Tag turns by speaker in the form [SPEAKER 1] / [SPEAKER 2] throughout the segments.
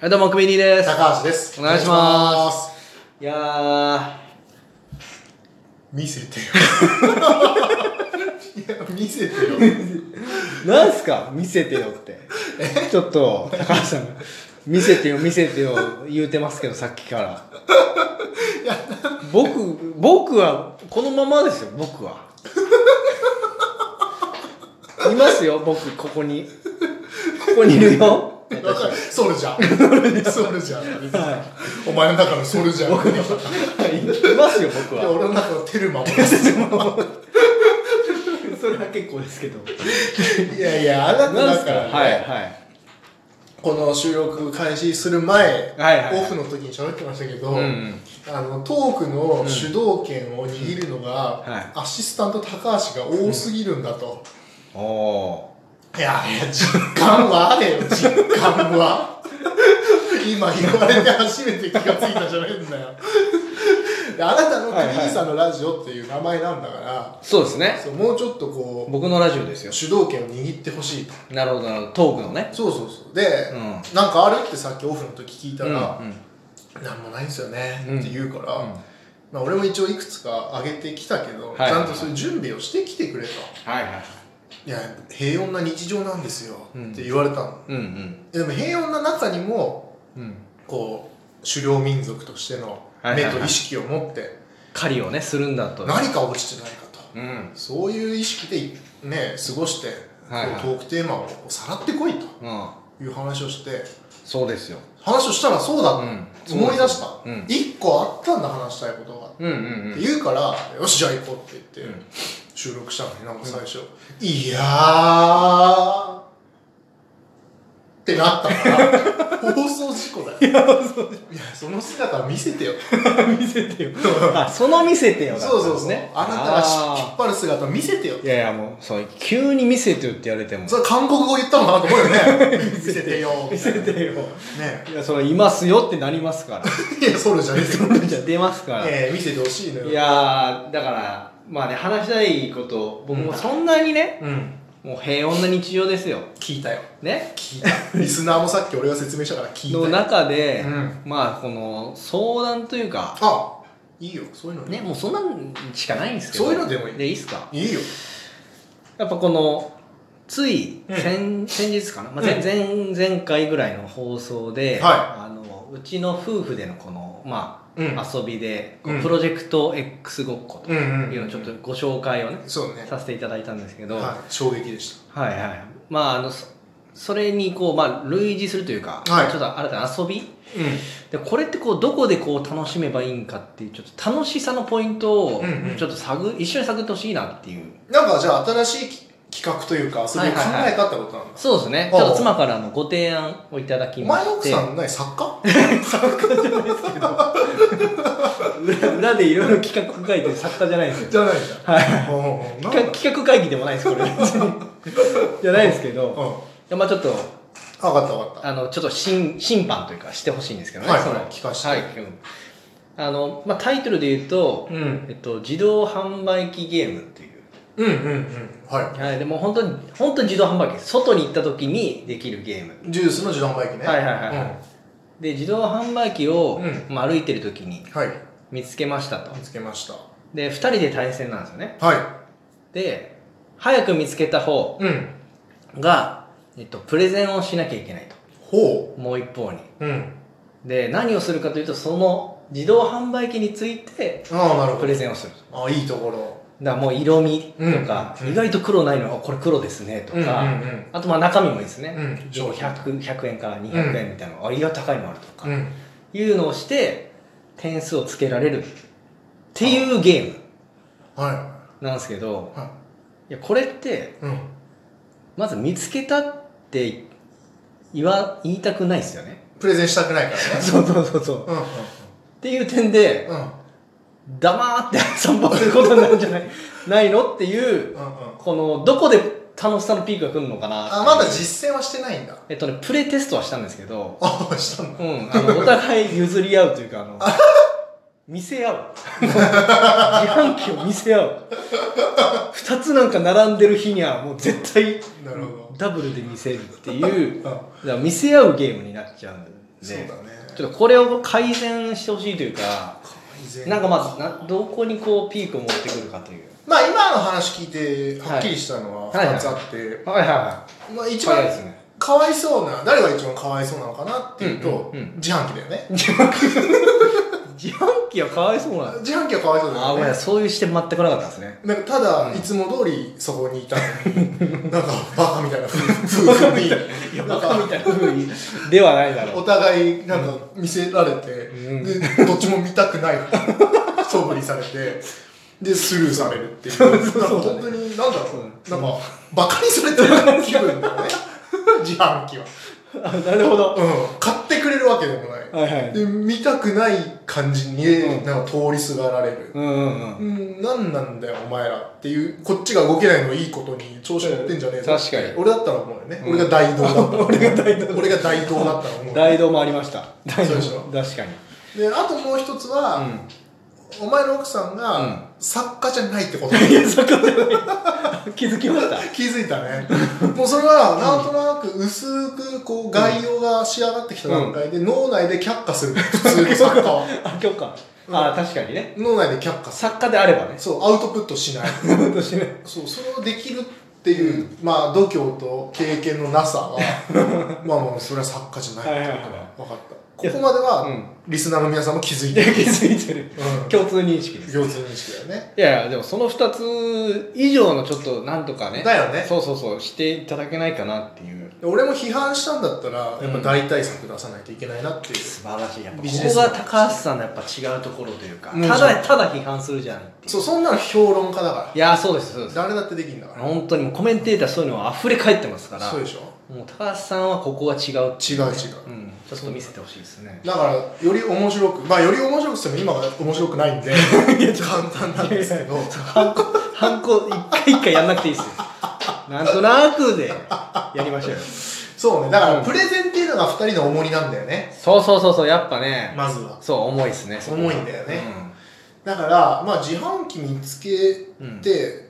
[SPEAKER 1] はい、どうも、くみりです。
[SPEAKER 2] 高橋です
[SPEAKER 1] お願いします
[SPEAKER 2] す
[SPEAKER 1] いや
[SPEAKER 2] 見せ てよいや見せてよ
[SPEAKER 1] ー、なんすか見せてよ って。ちょっと、高橋さんが、見せてよ、見せてよ、言うてますけど、さっき から。僕、僕は、このままですよ、僕 は。いますよ、僕、ここに。ここにいるよ。
[SPEAKER 2] わかるソルジャーソルジャーお前の中のソルジャーい
[SPEAKER 1] いますよ、僕
[SPEAKER 2] や
[SPEAKER 1] は。
[SPEAKER 2] 俺の中のテルマも
[SPEAKER 1] それは結構ですけど。
[SPEAKER 2] いやいやあなた
[SPEAKER 1] なん
[SPEAKER 2] だ
[SPEAKER 1] すか
[SPEAKER 2] からね
[SPEAKER 1] はい、はい。
[SPEAKER 2] この収録開始する前、
[SPEAKER 1] はいはい
[SPEAKER 2] オフの時に喋ってましたけど、
[SPEAKER 1] うんうん
[SPEAKER 2] あのトークの主導権を握るのが、
[SPEAKER 1] うんはい
[SPEAKER 2] アシスタント高橋が多すぎるんだと、
[SPEAKER 1] おー。
[SPEAKER 2] いやいや実感はあれよ実感は今言われて初めて気がついたじゃないんだよであなたのクリーンさんのラジオっていう名前なんだから、
[SPEAKER 1] そうですね。
[SPEAKER 2] そうもうちょっとこ
[SPEAKER 1] 僕のラジオですよ
[SPEAKER 2] う。主導権を握ってほしいと
[SPEAKER 1] なるほど、なるほど。トークのね。
[SPEAKER 2] そうそうそうで、
[SPEAKER 1] うん
[SPEAKER 2] なんかあるってさっきオフの時聞いたら、
[SPEAKER 1] うんうん
[SPEAKER 2] なんもないんすよね
[SPEAKER 1] うん
[SPEAKER 2] って言うから、
[SPEAKER 1] うん
[SPEAKER 2] まあ、俺も一応いくつか上げてきたけど、
[SPEAKER 1] はいはい
[SPEAKER 2] ち
[SPEAKER 1] は
[SPEAKER 2] ゃ
[SPEAKER 1] い
[SPEAKER 2] んとそういう準備をしてきてくれと
[SPEAKER 1] はいはい。
[SPEAKER 2] いや平穏な日常なんですよ
[SPEAKER 1] うん
[SPEAKER 2] って言われたの、
[SPEAKER 1] うんうん。
[SPEAKER 2] でも平穏な中にも
[SPEAKER 1] うん。
[SPEAKER 2] こう狩猟民族としての
[SPEAKER 1] はいはい
[SPEAKER 2] 目
[SPEAKER 1] はい
[SPEAKER 2] と意識を持って、
[SPEAKER 1] 狩りをね、するんだと。
[SPEAKER 2] 何か落ちてないかと
[SPEAKER 1] うん。
[SPEAKER 2] そういう意識でね過ごして、
[SPEAKER 1] はいはい
[SPEAKER 2] こうトークテーマをさらってこい
[SPEAKER 1] うん。
[SPEAKER 2] という話をして
[SPEAKER 1] そうですよ。
[SPEAKER 2] 話をしたらそうだと
[SPEAKER 1] うん
[SPEAKER 2] 思い出した、
[SPEAKER 1] うん
[SPEAKER 2] 1個あったんだ話したいことが、
[SPEAKER 1] うんうん
[SPEAKER 2] って言うから「よしじゃあ行こう」って言って、
[SPEAKER 1] うん
[SPEAKER 2] 収録したのになんか最初「いやー」ってなったから 放送事故だよいやその姿見せてよ
[SPEAKER 1] うん。 見せてよ。あ、その見せてよだったん
[SPEAKER 2] そうそう
[SPEAKER 1] です
[SPEAKER 2] そう、
[SPEAKER 1] ね。
[SPEAKER 2] あなたがし引っ
[SPEAKER 1] あ
[SPEAKER 2] 張る姿見せてよ
[SPEAKER 1] ーいやいや、もう、そう、急に見せてよって言われても。
[SPEAKER 2] それ韓国語言ったのかなと思うよね見せてよ
[SPEAKER 1] 見せてよ。
[SPEAKER 2] ね
[SPEAKER 1] いや、それ、いますよってなりますから。
[SPEAKER 2] いやソルじゃね
[SPEAKER 1] それじゃ出ますから。
[SPEAKER 2] ええ見せてほしいのよ
[SPEAKER 1] いやー、だから、まあね、話したいこと、僕もそんなにね、
[SPEAKER 2] うん
[SPEAKER 1] もう平穏な日常ですよ。
[SPEAKER 2] 聞いたよ
[SPEAKER 1] ね。
[SPEAKER 2] 聞い たリスナーもさっき俺が説明したから聞いた
[SPEAKER 1] の
[SPEAKER 2] よ
[SPEAKER 1] 中で、
[SPEAKER 2] うん
[SPEAKER 1] まあこの相談というか
[SPEAKER 2] あいいよそういうの
[SPEAKER 1] ねもうそんなんしかないんですけど
[SPEAKER 2] そういうのでもいい
[SPEAKER 1] でいいっすか
[SPEAKER 2] いいよ
[SPEAKER 1] やっぱこのつい
[SPEAKER 2] うん
[SPEAKER 1] 先,、先日かな、まあ前前前回ぐらいの放送で、
[SPEAKER 2] は
[SPEAKER 1] あのうちの夫婦でのこの、まあ
[SPEAKER 2] うん
[SPEAKER 1] 遊びで、こう
[SPEAKER 2] うん
[SPEAKER 1] プロジェクト X ごっこと
[SPEAKER 2] うんうんうん
[SPEAKER 1] いうのをちょっとご紹介をね、
[SPEAKER 2] そうね
[SPEAKER 1] させていただいたんですけど、
[SPEAKER 2] はい衝撃でし
[SPEAKER 1] はいはいまああのそそれにこう、まあ、類似するというか、
[SPEAKER 2] はい
[SPEAKER 1] ちょっと新たな遊び
[SPEAKER 2] たう
[SPEAKER 1] でこれってこうどこでこう楽しめばいいんかっていうちょっと楽しさのポイントを
[SPEAKER 2] うんうん
[SPEAKER 1] ちょっと探、一緒に探ってほしいなっていうん
[SPEAKER 2] なんかじゃあ新しいき企画というか遊びを考
[SPEAKER 1] はいはいはい
[SPEAKER 2] えたってことなんだ
[SPEAKER 1] そうですねちょっと妻からのご提案をいただき
[SPEAKER 2] お
[SPEAKER 1] ま
[SPEAKER 2] 前の
[SPEAKER 1] し
[SPEAKER 2] 奥
[SPEAKER 1] て
[SPEAKER 2] さん何作家
[SPEAKER 1] 裏裏でいろいろ企画会議で作家 じゃないですよ
[SPEAKER 2] じゃないじゃんはいうんうんなん
[SPEAKER 1] 企
[SPEAKER 2] だ
[SPEAKER 1] 画企画会議でもないですこ れじゃないですけ
[SPEAKER 2] う
[SPEAKER 1] ど
[SPEAKER 2] ん
[SPEAKER 1] いやまあちょっと
[SPEAKER 2] あ分かった分かった
[SPEAKER 1] あのちょっと審審判というかしてほしいんですけどね、
[SPEAKER 2] はい
[SPEAKER 1] その
[SPEAKER 2] 聞かせて
[SPEAKER 1] はいうんあの、まあ、タイトルで言うと、
[SPEAKER 2] ん
[SPEAKER 1] えっと、自動販売機ゲームっていう
[SPEAKER 2] うんうんうんは
[SPEAKER 1] はい、でも本当に本当に自動販売機です外に行った時にできるゲーム
[SPEAKER 2] いジュースの自動販売機ね
[SPEAKER 1] はいはいはいはいで自動販売機を、
[SPEAKER 2] う
[SPEAKER 1] まあ、歩いてる時に
[SPEAKER 2] うんはい
[SPEAKER 1] 見つけましたと
[SPEAKER 2] 見つけました
[SPEAKER 1] で2人で対戦なんですよね
[SPEAKER 2] は
[SPEAKER 1] で早く見つけた方
[SPEAKER 2] いうん
[SPEAKER 1] が、えっと、プレゼンをしなきゃいけない
[SPEAKER 2] ほ
[SPEAKER 1] ともう一方に
[SPEAKER 2] ううん
[SPEAKER 1] で何をするかというとその自動販売機について
[SPEAKER 2] ああなるほ
[SPEAKER 1] プレゼンをすると
[SPEAKER 2] どあいいところ
[SPEAKER 1] だからもう色味とか、
[SPEAKER 2] うんうん
[SPEAKER 1] 意外と黒ないのがこれ黒ですねとか、
[SPEAKER 2] うんうんうん
[SPEAKER 1] あとまあ中身もいいですね、
[SPEAKER 2] うん
[SPEAKER 1] 上100 100円から200円みたいな、あ意外と高いのあるとか、
[SPEAKER 2] うん
[SPEAKER 1] いうのをして点数をつけられるっていうゲーム
[SPEAKER 2] は
[SPEAKER 1] なんですけど
[SPEAKER 2] いはい
[SPEAKER 1] やこれって
[SPEAKER 2] いうん
[SPEAKER 1] まず見つけたって言わ言いたくないですよね
[SPEAKER 2] プレゼンしたくないからね
[SPEAKER 1] そうそうそうそうっ
[SPEAKER 2] うんうん
[SPEAKER 1] ていう点で
[SPEAKER 2] うん
[SPEAKER 1] 黙って散歩することになるんじゃない ないのっていう
[SPEAKER 2] うんうん
[SPEAKER 1] このどこで楽しさのピークが来るのかなっていう
[SPEAKER 2] あまだ実践はしてないんだ
[SPEAKER 1] えっとねプレテストはしたんですけど
[SPEAKER 2] あしたの
[SPEAKER 1] うん、あのお互い譲り合うというかあ の見せ合う自販機を見せ合う2つなんか並んでる日にはもう絶対
[SPEAKER 2] なるほど
[SPEAKER 1] ダブルで見せるっていう
[SPEAKER 2] うん
[SPEAKER 1] だから見せ合うゲームになっちゃうん
[SPEAKER 2] そうだね
[SPEAKER 1] ちょっとこれを改善してほしいというか
[SPEAKER 2] 改善
[SPEAKER 1] なんかまずなどこにこうピークを持ってくるかという
[SPEAKER 2] まあ今の話聞いてはっきりしたのは
[SPEAKER 1] はい
[SPEAKER 2] 2つあって、
[SPEAKER 1] はいはいは
[SPEAKER 2] まあ、
[SPEAKER 1] い
[SPEAKER 2] 一
[SPEAKER 1] 早い
[SPEAKER 2] 番
[SPEAKER 1] ですね
[SPEAKER 2] かわいそうな誰が一番かわいそうなのかなっていうと、
[SPEAKER 1] うんうんうん
[SPEAKER 2] 自販機だよね
[SPEAKER 1] 自販機はかわいそうな
[SPEAKER 2] 自販機はかわいそうだ
[SPEAKER 1] あ
[SPEAKER 2] よ
[SPEAKER 1] ごめんな
[SPEAKER 2] ね
[SPEAKER 1] さいそういう視点全くなかったですね
[SPEAKER 2] なんかただ、いつも通りそこにいたのになんかバカみたいな夫婦に
[SPEAKER 1] いやバ
[SPEAKER 2] なん
[SPEAKER 1] カ
[SPEAKER 2] か
[SPEAKER 1] みたいな風にではないだろ
[SPEAKER 2] お
[SPEAKER 1] う
[SPEAKER 2] 互いなんか見せられて、
[SPEAKER 1] うん
[SPEAKER 2] でどっちも見たくないそぶりされてでスルーされるっていうなんか本当になんだろうなんかバカにされてる気分だよね 自販機は、
[SPEAKER 1] あなるほど
[SPEAKER 2] うん、買ってくれるわけでもない
[SPEAKER 1] はいはい
[SPEAKER 2] で見たくない感じに、
[SPEAKER 1] うん
[SPEAKER 2] なんか通りすがられる、
[SPEAKER 1] うんうんうん
[SPEAKER 2] うん、何なんだよお前らっていうこっちが動けないのいいことに調子乗ってんじゃねえぞ
[SPEAKER 1] 確かに
[SPEAKER 2] 俺だったら思うよね、
[SPEAKER 1] うん
[SPEAKER 2] 俺が大道だったら 俺が大道俺が大道だったら思う
[SPEAKER 1] 大道もありました大
[SPEAKER 2] そ
[SPEAKER 1] 道
[SPEAKER 2] うでしょ
[SPEAKER 1] 確かに
[SPEAKER 2] であともう一つは、お前の奥さんが、
[SPEAKER 1] うん
[SPEAKER 2] 作家じゃないってこと
[SPEAKER 1] いやそこじゃない 気づきました
[SPEAKER 2] 気づいたねもうそれはなんとなく薄くこう概要が仕上がってきた段階で、脳内で却下する普通の作家は
[SPEAKER 1] あ許可あ確かにね
[SPEAKER 2] 脳内で却下す
[SPEAKER 1] 作家であればね
[SPEAKER 2] るそうアウトプットしない
[SPEAKER 1] 私ね
[SPEAKER 2] そうそれをできるっていう、まあ度胸と経験のなさは まあもうそれは作家じゃないっ
[SPEAKER 1] はいはい
[SPEAKER 2] てこと
[SPEAKER 1] は
[SPEAKER 2] が分かった
[SPEAKER 1] い
[SPEAKER 2] こ
[SPEAKER 1] や
[SPEAKER 2] こまでは、
[SPEAKER 1] うん
[SPEAKER 2] リスナーの皆さんも気づい
[SPEAKER 1] いや
[SPEAKER 2] て
[SPEAKER 1] 気づいてる
[SPEAKER 2] うん
[SPEAKER 1] 共通認識です
[SPEAKER 2] 共通認識だよね
[SPEAKER 1] いやいやでもその2つ以上のちょっとなんとかね
[SPEAKER 2] だよね
[SPEAKER 1] そうそうそうしていただけないかなっていう
[SPEAKER 2] 俺も批判したんだったらやっぱ大対策出さないといけないなっていう、
[SPEAKER 1] 素晴らしいやっぱこ
[SPEAKER 2] ビジネ
[SPEAKER 1] こ
[SPEAKER 2] スマ
[SPEAKER 1] が
[SPEAKER 2] ン
[SPEAKER 1] 高橋さんのやっぱ違うところというか
[SPEAKER 2] うん
[SPEAKER 1] ただただ批判するじゃないっていう
[SPEAKER 2] そうそんなの評論家だか
[SPEAKER 1] いやそうですそうで
[SPEAKER 2] ら
[SPEAKER 1] す
[SPEAKER 2] 誰だってできるんだから
[SPEAKER 1] 本当にもうコメンテーターそういうのは溢れ返ってますから
[SPEAKER 2] そう
[SPEAKER 1] も
[SPEAKER 2] でしょ
[SPEAKER 1] う高橋さんはここが違うって
[SPEAKER 2] 違う違う、
[SPEAKER 1] うんちょっと見せてほしいですね
[SPEAKER 2] だからより面白くまあより面白くしても今は面白 くないんで 簡単なんですけど
[SPEAKER 1] ハンコハンコ一回一回やんなくていいですよ なんとなくでやりましょうよ
[SPEAKER 2] そうねだか
[SPEAKER 1] う
[SPEAKER 2] ら
[SPEAKER 1] ん
[SPEAKER 2] プレゼンっていうのが2人の重りなんだよね
[SPEAKER 1] そうそうそうそうやっぱね
[SPEAKER 2] まずは
[SPEAKER 1] そう重いですねそこ
[SPEAKER 2] 重いんだよねだからまあ自販機見つけて、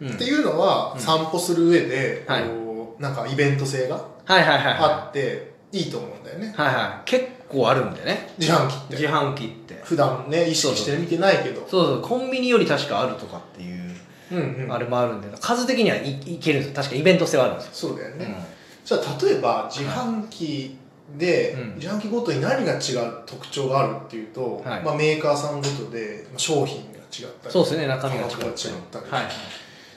[SPEAKER 1] うん
[SPEAKER 2] っていうのは
[SPEAKER 1] うん
[SPEAKER 2] 散歩する上で、
[SPEAKER 1] はい
[SPEAKER 2] こうなんかイベント性が
[SPEAKER 1] うんはいはいはい
[SPEAKER 2] あ
[SPEAKER 1] は
[SPEAKER 2] っていいと思うんだよね
[SPEAKER 1] いはいはい結構あるんでね
[SPEAKER 2] 自販機って
[SPEAKER 1] 自販機って
[SPEAKER 2] 普段ね意識して見てないけど
[SPEAKER 1] そうそうコンビニより確かあるとかっていう
[SPEAKER 2] うんうん
[SPEAKER 1] あれもあるんで数的にはいいけるんですよ確かイベント性はあるんですよ
[SPEAKER 2] そうだよね、
[SPEAKER 1] うん
[SPEAKER 2] じゃあ例えば自販機で、
[SPEAKER 1] うん
[SPEAKER 2] 自販機ごとに何が違う特徴があるっていうと、
[SPEAKER 1] はい
[SPEAKER 2] まあ、メーカーさんごとでまあ商品が違ったり
[SPEAKER 1] そうですね中身が違
[SPEAKER 2] 価格が違った
[SPEAKER 1] っ
[SPEAKER 2] り、
[SPEAKER 1] たはい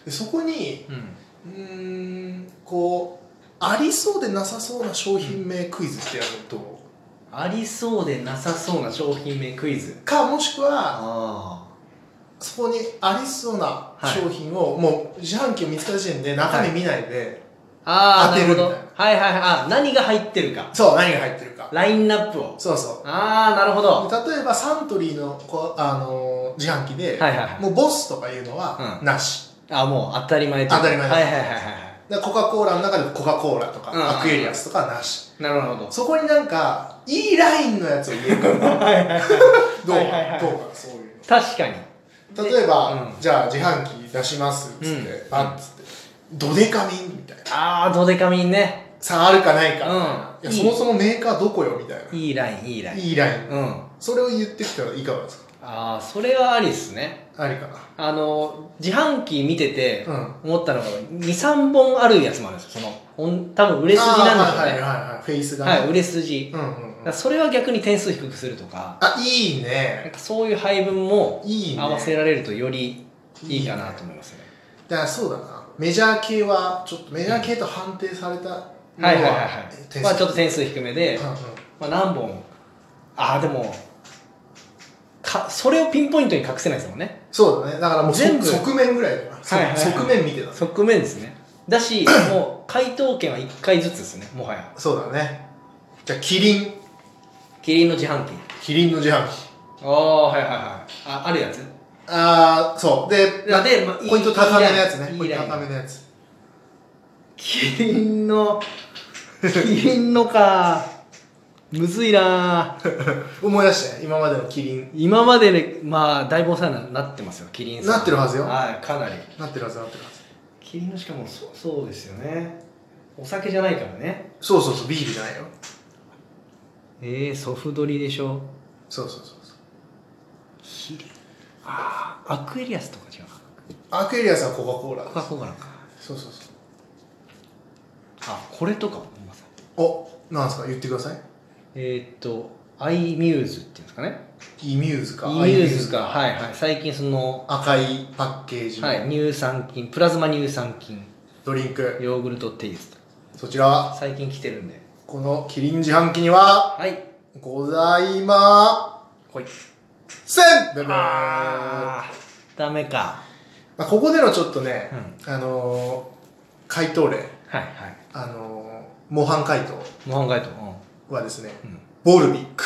[SPEAKER 2] でそこに
[SPEAKER 1] うん
[SPEAKER 2] うーんこうありそうでなさそうな商品名クイズしてやると
[SPEAKER 1] ありそうでなさそうな商品名クイズ
[SPEAKER 2] かもしくは
[SPEAKER 1] あ
[SPEAKER 2] そこにありそうな商品を、もう自販機を見つけた時点で中身見ないで、
[SPEAKER 1] あああ
[SPEAKER 2] 当
[SPEAKER 1] な
[SPEAKER 2] て
[SPEAKER 1] る
[SPEAKER 2] る
[SPEAKER 1] ほ
[SPEAKER 2] み
[SPEAKER 1] ど
[SPEAKER 2] たいな
[SPEAKER 1] はいはいはいあ何が入ってるか
[SPEAKER 2] そう何が入ってるか
[SPEAKER 1] ラインナップを
[SPEAKER 2] そうそう
[SPEAKER 1] ああなるほどは
[SPEAKER 2] 例えばサントリーのこう、あのー自販機で、
[SPEAKER 1] いはいはい
[SPEAKER 2] もうボスとかいうのは
[SPEAKER 1] うん
[SPEAKER 2] なし、
[SPEAKER 1] あもう当たり前というか
[SPEAKER 2] 当たり前
[SPEAKER 1] はいはいはいはい
[SPEAKER 2] だからコカ・コーラの中でもコカ・コーラとか、
[SPEAKER 1] うん
[SPEAKER 2] アクエリアスとかはなし
[SPEAKER 1] なるほど
[SPEAKER 2] そこになんかいいラインのやつを入れるから どうか、
[SPEAKER 1] はいはいはい
[SPEAKER 2] どうかそういう
[SPEAKER 1] 確かに
[SPEAKER 2] の例えば、
[SPEAKER 1] うん
[SPEAKER 2] じゃあ自販機出しますっつって、
[SPEAKER 1] うん
[SPEAKER 2] バンっつってドデカミンみたいな
[SPEAKER 1] ああドデカミンね
[SPEAKER 2] さああるかないかみたいな、
[SPEAKER 1] うん
[SPEAKER 2] いやそもそもメーカーどこよみたいない
[SPEAKER 1] いラインいいライン
[SPEAKER 2] いいライン
[SPEAKER 1] うん
[SPEAKER 2] それを言ってきたらいかがですか
[SPEAKER 1] ああそれはありですね
[SPEAKER 2] ありかな
[SPEAKER 1] あの自販機見てて
[SPEAKER 2] うん
[SPEAKER 1] 思ったのが23本あるやつもあるんですよそのほん多分売れ筋なんで
[SPEAKER 2] あーはい
[SPEAKER 1] しょう
[SPEAKER 2] は
[SPEAKER 1] ね
[SPEAKER 2] いはいはいフェイスがね、
[SPEAKER 1] はい売れ筋
[SPEAKER 2] うんう
[SPEAKER 1] だ
[SPEAKER 2] んうん
[SPEAKER 1] からそれは逆に点数低くするとか
[SPEAKER 2] あいい
[SPEAKER 1] なん
[SPEAKER 2] ね
[SPEAKER 1] かそういう配分も
[SPEAKER 2] いいね
[SPEAKER 1] 合わせ
[SPEAKER 2] だから
[SPEAKER 1] れるとよりいいかなと思いますね
[SPEAKER 2] らそうだなメジャー系はちょっとメジャー系と判定されたのは、
[SPEAKER 1] はいはいはいはい
[SPEAKER 2] 点数
[SPEAKER 1] まあちょっと点数低めで
[SPEAKER 2] うんうん
[SPEAKER 1] まあ、何本ああでもかそれをピンポイントに隠せないですもんね
[SPEAKER 2] そうだねだからもう
[SPEAKER 1] 全部
[SPEAKER 2] そ側面ぐらいだな、
[SPEAKER 1] はいはいはい
[SPEAKER 2] そ側面見てた
[SPEAKER 1] 側面ですねだ しもう回答権は1回ずつですねもはや
[SPEAKER 2] そうだねじゃあキリン
[SPEAKER 1] キリンの自販機
[SPEAKER 2] キリンの自販機
[SPEAKER 1] ああはいはいはいああるやつ
[SPEAKER 2] ああそうで
[SPEAKER 1] あでまあいい
[SPEAKER 2] ポイント高めのやつね
[SPEAKER 1] いい
[SPEAKER 2] ポイント
[SPEAKER 1] ライン
[SPEAKER 2] 高めのやつ
[SPEAKER 1] キリンのキリンのかむずいなぁ
[SPEAKER 2] 思い出して今までのキリン
[SPEAKER 1] 今までねまあだいぶお世話になってますよキリンさん
[SPEAKER 2] なってるはずよ
[SPEAKER 1] はいかなり
[SPEAKER 2] なってるはずなってるはず
[SPEAKER 1] キリンのしかもそうそうですよねお酒じゃないからね
[SPEAKER 2] そうそうそうビールじゃないよ
[SPEAKER 1] えー、ソフドリでしょ
[SPEAKER 2] そうそうそうそう
[SPEAKER 1] ひああアクエリアスとか違うか
[SPEAKER 2] アクエリアスはコカ・コーラ
[SPEAKER 1] コカ・コーラか
[SPEAKER 2] そうそうそう
[SPEAKER 1] あこれとかもまさに
[SPEAKER 2] おなんですか言ってください
[SPEAKER 1] えーっとアイミューズっていうんですかね
[SPEAKER 2] イミューズか
[SPEAKER 1] イミューズ
[SPEAKER 2] か
[SPEAKER 1] がはいはい最近その、
[SPEAKER 2] 赤いパッケージの
[SPEAKER 1] はい、乳酸菌プラズマ乳酸菌
[SPEAKER 2] ドリンク
[SPEAKER 1] ヨーグルトテイスト
[SPEAKER 2] そちらは
[SPEAKER 1] 最近来てるんで
[SPEAKER 2] このキリン自販機には
[SPEAKER 1] はい
[SPEAKER 2] ございま
[SPEAKER 1] 来い
[SPEAKER 2] せんブブーン
[SPEAKER 1] あーダメか
[SPEAKER 2] まあ、ここでのちょっとね、あのー、回答例
[SPEAKER 1] はいはい
[SPEAKER 2] あのー、模範回答
[SPEAKER 1] 模範解答
[SPEAKER 2] はですね、
[SPEAKER 1] うん
[SPEAKER 2] ボルビッ ク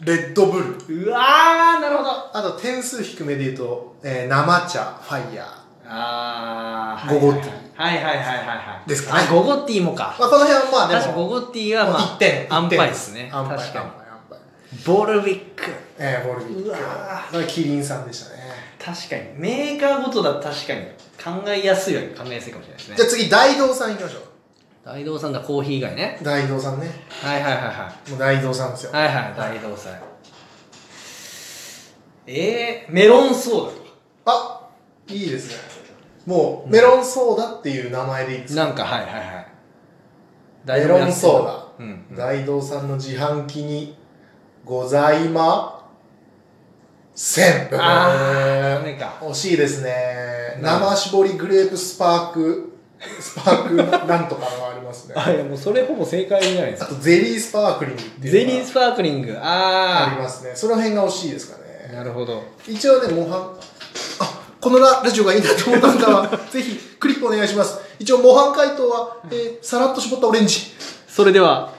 [SPEAKER 2] レッドブル
[SPEAKER 1] うんうわーなるほど
[SPEAKER 2] あと点数低めで言うと、えー生茶ファイヤー、
[SPEAKER 1] あー
[SPEAKER 2] ゴゴティ
[SPEAKER 1] ーはいはいはいはいはい
[SPEAKER 2] ですかね
[SPEAKER 1] あゴゴティーもか
[SPEAKER 2] まあ、この辺はまあでも
[SPEAKER 1] 確かゴゴティーはまあ
[SPEAKER 2] 1点
[SPEAKER 1] 安
[SPEAKER 2] 一
[SPEAKER 1] 牌
[SPEAKER 2] 点
[SPEAKER 1] ですね
[SPEAKER 2] 安牌
[SPEAKER 1] 確
[SPEAKER 2] 安
[SPEAKER 1] か
[SPEAKER 2] 牌安牌
[SPEAKER 1] にボルビック
[SPEAKER 2] えー、ボルビッ
[SPEAKER 1] う
[SPEAKER 2] ク
[SPEAKER 1] わ
[SPEAKER 2] これキリンさんでしたね
[SPEAKER 1] 確かにメーカーごとだと確かに考えやすいより考えやすいかもしれないです
[SPEAKER 2] じゃ
[SPEAKER 1] ね
[SPEAKER 2] あ次大道さんいきましょう
[SPEAKER 1] 大道さんだコーヒー以外ね
[SPEAKER 2] 大道さんね
[SPEAKER 1] はいはいはいは
[SPEAKER 2] もう大道さんですよ、
[SPEAKER 1] いはいはい大道さんえー、メロンソーダとか
[SPEAKER 2] あいいですねもうメロンソーダっていう名前でいいですか、
[SPEAKER 1] なんかはいはいはい
[SPEAKER 2] メロンソーダ、
[SPEAKER 1] うんうん
[SPEAKER 2] 大道さんの自販機にございません
[SPEAKER 1] あーダメか
[SPEAKER 2] 惜しいですね
[SPEAKER 1] な
[SPEAKER 2] 生搾りグレープスパークスパークなんとかがありま すね
[SPEAKER 1] あいやもうそれほぼ正解じゃないです
[SPEAKER 2] あ
[SPEAKER 1] か
[SPEAKER 2] とゼリースパークリングって
[SPEAKER 1] ゼ
[SPEAKER 2] いう
[SPEAKER 1] リ
[SPEAKER 2] の
[SPEAKER 1] ー
[SPEAKER 2] が
[SPEAKER 1] スパークリングあ
[SPEAKER 2] あ
[SPEAKER 1] ー
[SPEAKER 2] りますねその辺が惜しいですかね
[SPEAKER 1] なるほど。
[SPEAKER 2] 一応ね模範あこのララジオがいいなと思った方はぜひクリップお願いします一応模範解答は、えーさらっと絞ったオレンジ
[SPEAKER 1] それでは、